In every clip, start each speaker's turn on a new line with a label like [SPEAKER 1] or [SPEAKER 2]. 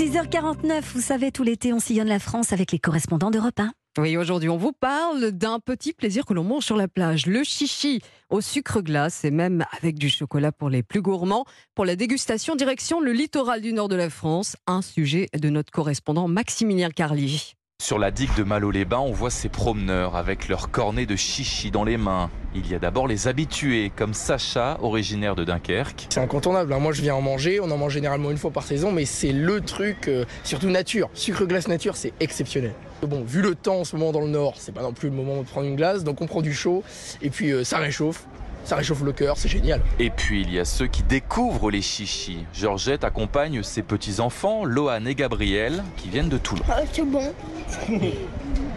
[SPEAKER 1] 6h49, vous savez, tout l'été, on sillonne la France avec les correspondants d'Europe 1.
[SPEAKER 2] Oui, aujourd'hui, on vous parle d'un petit plaisir que l'on mange sur la plage, le chichi au sucre glace et même avec du chocolat pour les plus gourmands. Pour la dégustation, direction le littoral du nord de la France, un sujet de notre correspondant Maximilien Carlier.
[SPEAKER 3] Sur la digue de Malo-les-Bains, on voit ces promeneurs avec leurs cornets de chichi dans les mains. Il y a d'abord les habitués, comme Sacha, originaire de Dunkerque.
[SPEAKER 4] C'est incontournable. hein. Moi, je viens en manger. On en mange généralement une fois par saison, mais c'est le truc, euh, surtout nature. Sucre glace nature, c'est exceptionnel. Bon, vu le temps en ce moment dans le Nord, c'est pas non plus le moment de prendre une glace, donc on prend du chaud et puis euh, ça réchauffe. Ça réchauffe le cœur, c'est génial.
[SPEAKER 3] Et puis il y a ceux qui découvrent les chichis. Georgette accompagne ses petits-enfants, Lohan et Gabriel, qui viennent de Toulon.
[SPEAKER 5] Oh, c'est bon.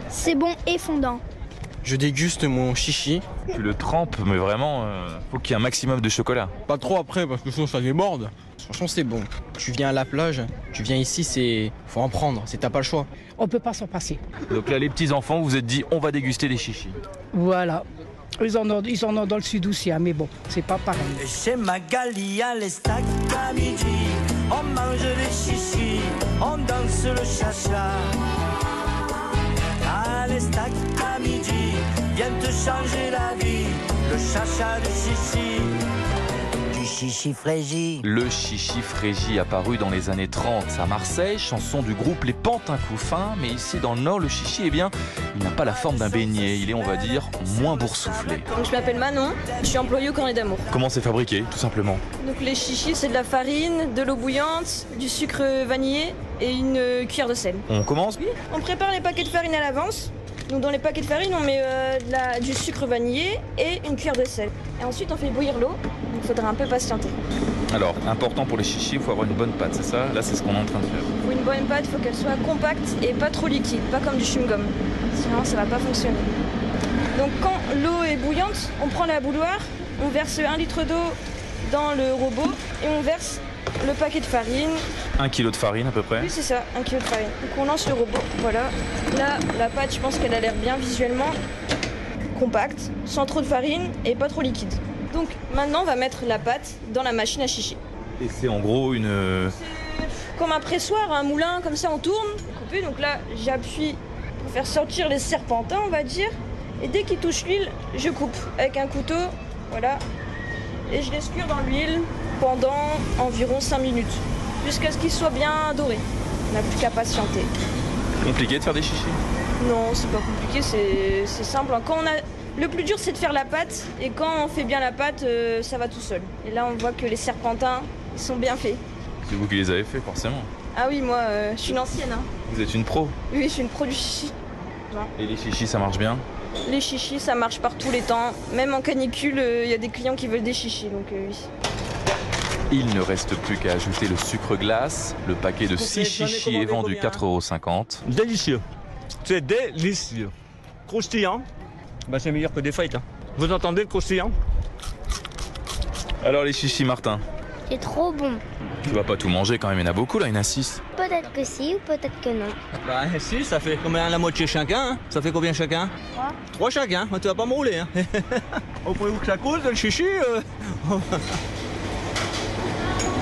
[SPEAKER 5] C'est bon et fondant.
[SPEAKER 6] Je déguste mon chichi.
[SPEAKER 3] Tu le trempes, mais vraiment, euh, faut qu'il y ait un maximum de chocolat.
[SPEAKER 6] Pas trop après parce que sinon ça déborde. Franchement c'est bon. Tu viens à la plage, tu viens ici, c'est. Faut en prendre, c'est t'as pas le choix.
[SPEAKER 7] On peut pas s'en passer.
[SPEAKER 3] Donc là, les petits-enfants, vous vous êtes dit, on va déguster les chichis.
[SPEAKER 7] Voilà. Ils en ont, ils en ont dans le sud aussi, hein, mais bon, c'est pas pareil.
[SPEAKER 8] Chez Magali à l'estac à midi, on mange les chichis, on danse le chacha. À l'estac à midi, vient te changer la vie, le chacha du chichi. Du chichi frégi.
[SPEAKER 3] Le chichi frégi apparu dans les années 30 à Marseille, chanson du groupe Les Pantins Couffins. Mais ici, dans le Nord, le chichi, eh bien, il n'a pas la forme d'un beignet. Il est, on va dire, moins boursouflé.
[SPEAKER 9] Donc je m'appelle Manon, je suis employée au Cornet d'Amour.
[SPEAKER 3] Comment c'est fabriqué, tout simplement
[SPEAKER 9] Donc les chichis, c'est de la farine, de l'eau bouillante, du sucre vanillé et une euh, cuillère de sel.
[SPEAKER 3] On commence
[SPEAKER 9] Oui, on prépare les paquets de farine à l'avance. Donc dans les paquets de farine, on met euh, de la- du sucre vanillé et une cuillère de sel. Et ensuite, on fait bouillir l'eau. Donc il faudra un peu patienter.
[SPEAKER 3] Alors, important pour les chichis, il faut avoir une bonne pâte, c'est ça Là, c'est ce qu'on est en train de faire.
[SPEAKER 9] Pour une bonne pâte, il faut qu'elle soit compacte et pas trop liquide, pas comme du chewing-gum. Sinon, ça va pas fonctionner. Donc quand l'eau est bouillante, on prend la bouilloire, on verse 1 litre d'eau dans le robot et on verse le paquet de farine.
[SPEAKER 3] Un kilo de farine à peu près.
[SPEAKER 9] Oui, c'est ça, un kilo de farine. Donc on lance le robot, voilà. Là, la pâte, je pense qu'elle a l'air bien visuellement compacte, sans trop de farine et pas trop liquide. Donc maintenant, on va mettre la pâte dans la machine à chichi.
[SPEAKER 3] Et c'est en gros une. euh,
[SPEAKER 9] comme un pressoir, un moulin, comme ça on tourne, coupé. Donc là, j'appuie pour faire sortir les serpentins, on va dire. Et dès qu'il touche l'huile, je coupe avec un couteau, voilà. Et je laisse cuire dans l'huile pendant environ 5 minutes, jusqu'à ce qu'il soit bien doré. On n'a plus qu'à patienter.
[SPEAKER 3] Compliqué de faire des chichis.
[SPEAKER 9] Non, c'est pas compliqué, c'est- c'est simple. hein. Quand on a... Le plus dur, c'est de faire la pâte, et quand on fait bien la pâte, euh, ça va tout seul. Et là, on voit que les serpentins ils sont bien faits.
[SPEAKER 3] C'est vous qui les avez fait, forcément.
[SPEAKER 9] Ah oui, moi, euh, je suis une ancienne. hein.
[SPEAKER 3] Vous êtes une pro.
[SPEAKER 9] Oui, je suis une pro du chichi.
[SPEAKER 3] Et les chichis, ça marche bien.
[SPEAKER 9] Les chichis, ça marche par tous les temps. Même en canicule, euh, il y a des clients qui veulent des chichis, donc euh, oui.
[SPEAKER 3] Il ne reste plus qu'à ajouter le sucre glace. Le paquet de
[SPEAKER 8] Vous
[SPEAKER 3] 6
[SPEAKER 8] savez, j'en ai
[SPEAKER 3] chichis est
[SPEAKER 8] commandé
[SPEAKER 3] vendu
[SPEAKER 8] combien hein
[SPEAKER 3] 4,50€.
[SPEAKER 10] Délicieux. C'est délicieux. Croustillant. Bah, c'est meilleur que des frites. hein. Vous entendez le croustillant
[SPEAKER 3] Alors les chichis, Martin,
[SPEAKER 5] C'est trop bon.
[SPEAKER 3] tu vas pas tout manger quand même, il y en a beaucoup là, il y en a 6.
[SPEAKER 5] Peut-être que si ou peut-être que non.
[SPEAKER 6] Bah si, ça fait combien la moitié chacun hein Ça fait combien chacun
[SPEAKER 5] Trois.
[SPEAKER 6] Trois chacun, tu vas pas me rouler. Hein. Au point où que ça cause, le chichi. euh,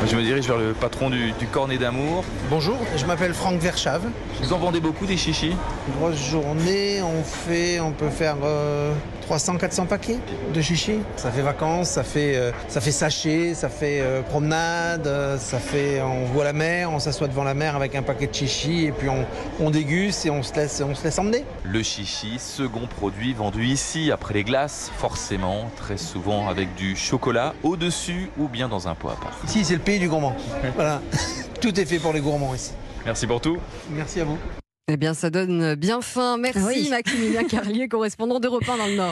[SPEAKER 3] Je me dirige vers le patron du, du cornet d'amour.
[SPEAKER 11] Bonjour, je m'appelle Franck Verchave.
[SPEAKER 3] Vous en vendez beaucoup des chichis
[SPEAKER 11] Grosse journée, on fait, on peut faire euh, 300-400 paquets de chichis. Ça fait vacances, ça fait, euh, ça fait sachet, ça fait euh, promenade, euh, ça fait, on voit la mer, on s'assoit devant la mer avec un paquet de chichis et puis on, on déguste et on se laisse, on se laisse emmener.
[SPEAKER 3] Le chichi, second produit vendu ici après les glaces, forcément, très souvent avec du chocolat au-dessus ou bien dans un pot à part.
[SPEAKER 11] Ici, c'est le pays du gourmand. Voilà, tout est fait pour les gourmands ici.
[SPEAKER 3] Merci pour tout.
[SPEAKER 11] Merci à vous.
[SPEAKER 2] Eh bien, ça donne bien faim. Merci
[SPEAKER 1] Oui.
[SPEAKER 2] Maximilien Carlier, correspondant d'Europe 1 dans le Nord.